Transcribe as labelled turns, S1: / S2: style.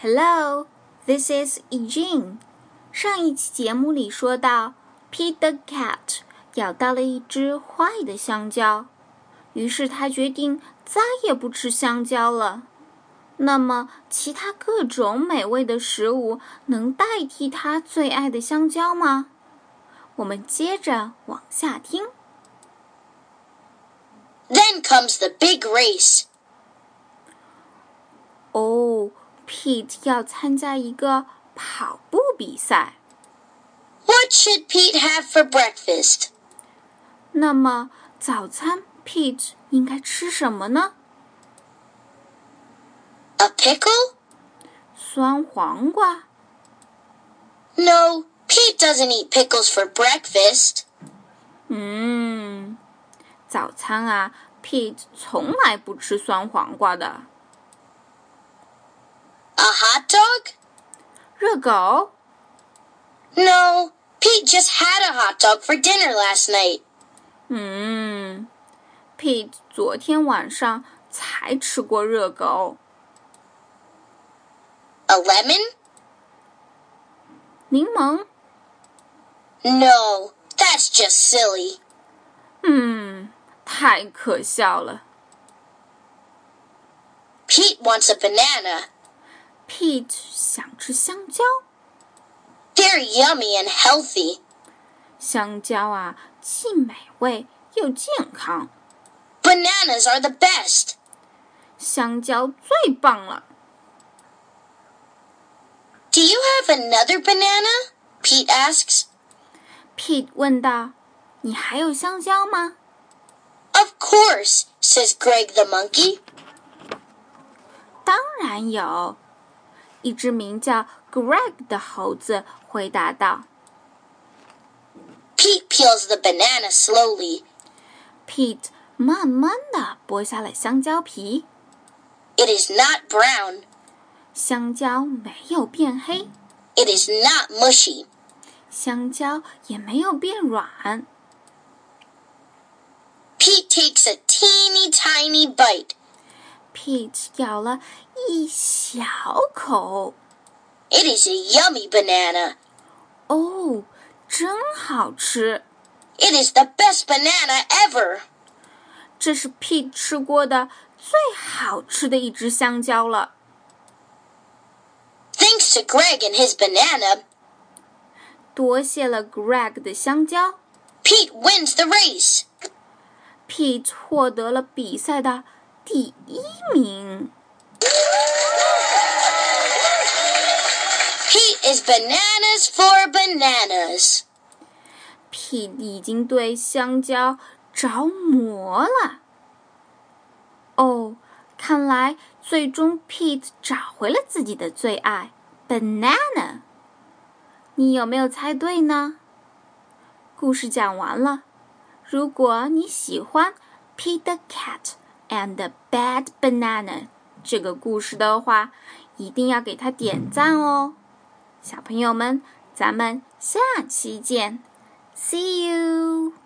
S1: Hello, this is Eugene。上一期节目里说到，Pete the Cat 咬到了一只坏的香蕉，于是他决定再也不吃香蕉了。那么，其他各种美味的食物能代替他最爱的香蕉吗？我们接着往下听。
S2: Then comes the big race.
S1: 哦，Pete 要参加一个跑步比赛。
S2: What should Pete have for breakfast?
S1: 那么早餐 Pete 应该吃什么呢？
S2: A pickle?
S1: 酸黄瓜？
S2: No, Pete doesn't eat pickles for breakfast.
S1: 嗯，早餐啊，Pete 从来不吃酸黄瓜的。
S2: A hot dog?
S1: 热狗？
S2: No, Pete just had a hot dog for dinner last night.
S1: 嗯，Pete 昨天晚上才吃过热狗。
S2: A lemon?
S1: 柠檬？
S2: No, that's just silly.
S1: 嗯，太可笑了。
S2: Pete wants a banana.
S1: Pete 想吃香蕉，
S2: They're yummy and healthy.
S1: 香蕉啊，既美味又健康，
S2: Bananas are the best.
S1: 香蕉最棒了。
S2: Do you have another banana? Pete asks.
S1: Pete 问道：“你还有香蕉吗
S2: Of course, says Greg the monkey.？”
S1: 当然有。一只名叫 Greg 的猴子回答道
S2: Pete peels the banana slowly.
S1: ：“Pete 慢慢的剥下了香蕉皮，
S2: It is not brown.
S1: 香蕉没有变黑，
S2: It is not mushy.
S1: 香蕉也没有变软。
S2: Pete takes a teeny tiny bite.
S1: Pete 咬了一小口，
S2: It is a yummy banana.
S1: 哦，真好吃！
S2: It is the best banana ever.
S1: 这是 Pete 吃过的最好吃的一只香蕉了。
S2: Thanks to Greg and his banana,
S1: 多谢了 Greg 的香蕉
S2: Pete wins the race.
S1: ，Pete 获得了比赛的第一名。
S2: Pete is bananas for bananas.
S1: Pete 已经对香蕉着魔了。哦，看来最终 Pete 找回了自己的最爱 banana。你有没有猜对呢？故事讲完了。如果你喜欢《Pete the Cat and the Bad Banana》这个故事的话，一定要给它点赞哦。小朋友们，咱们下期见，See you。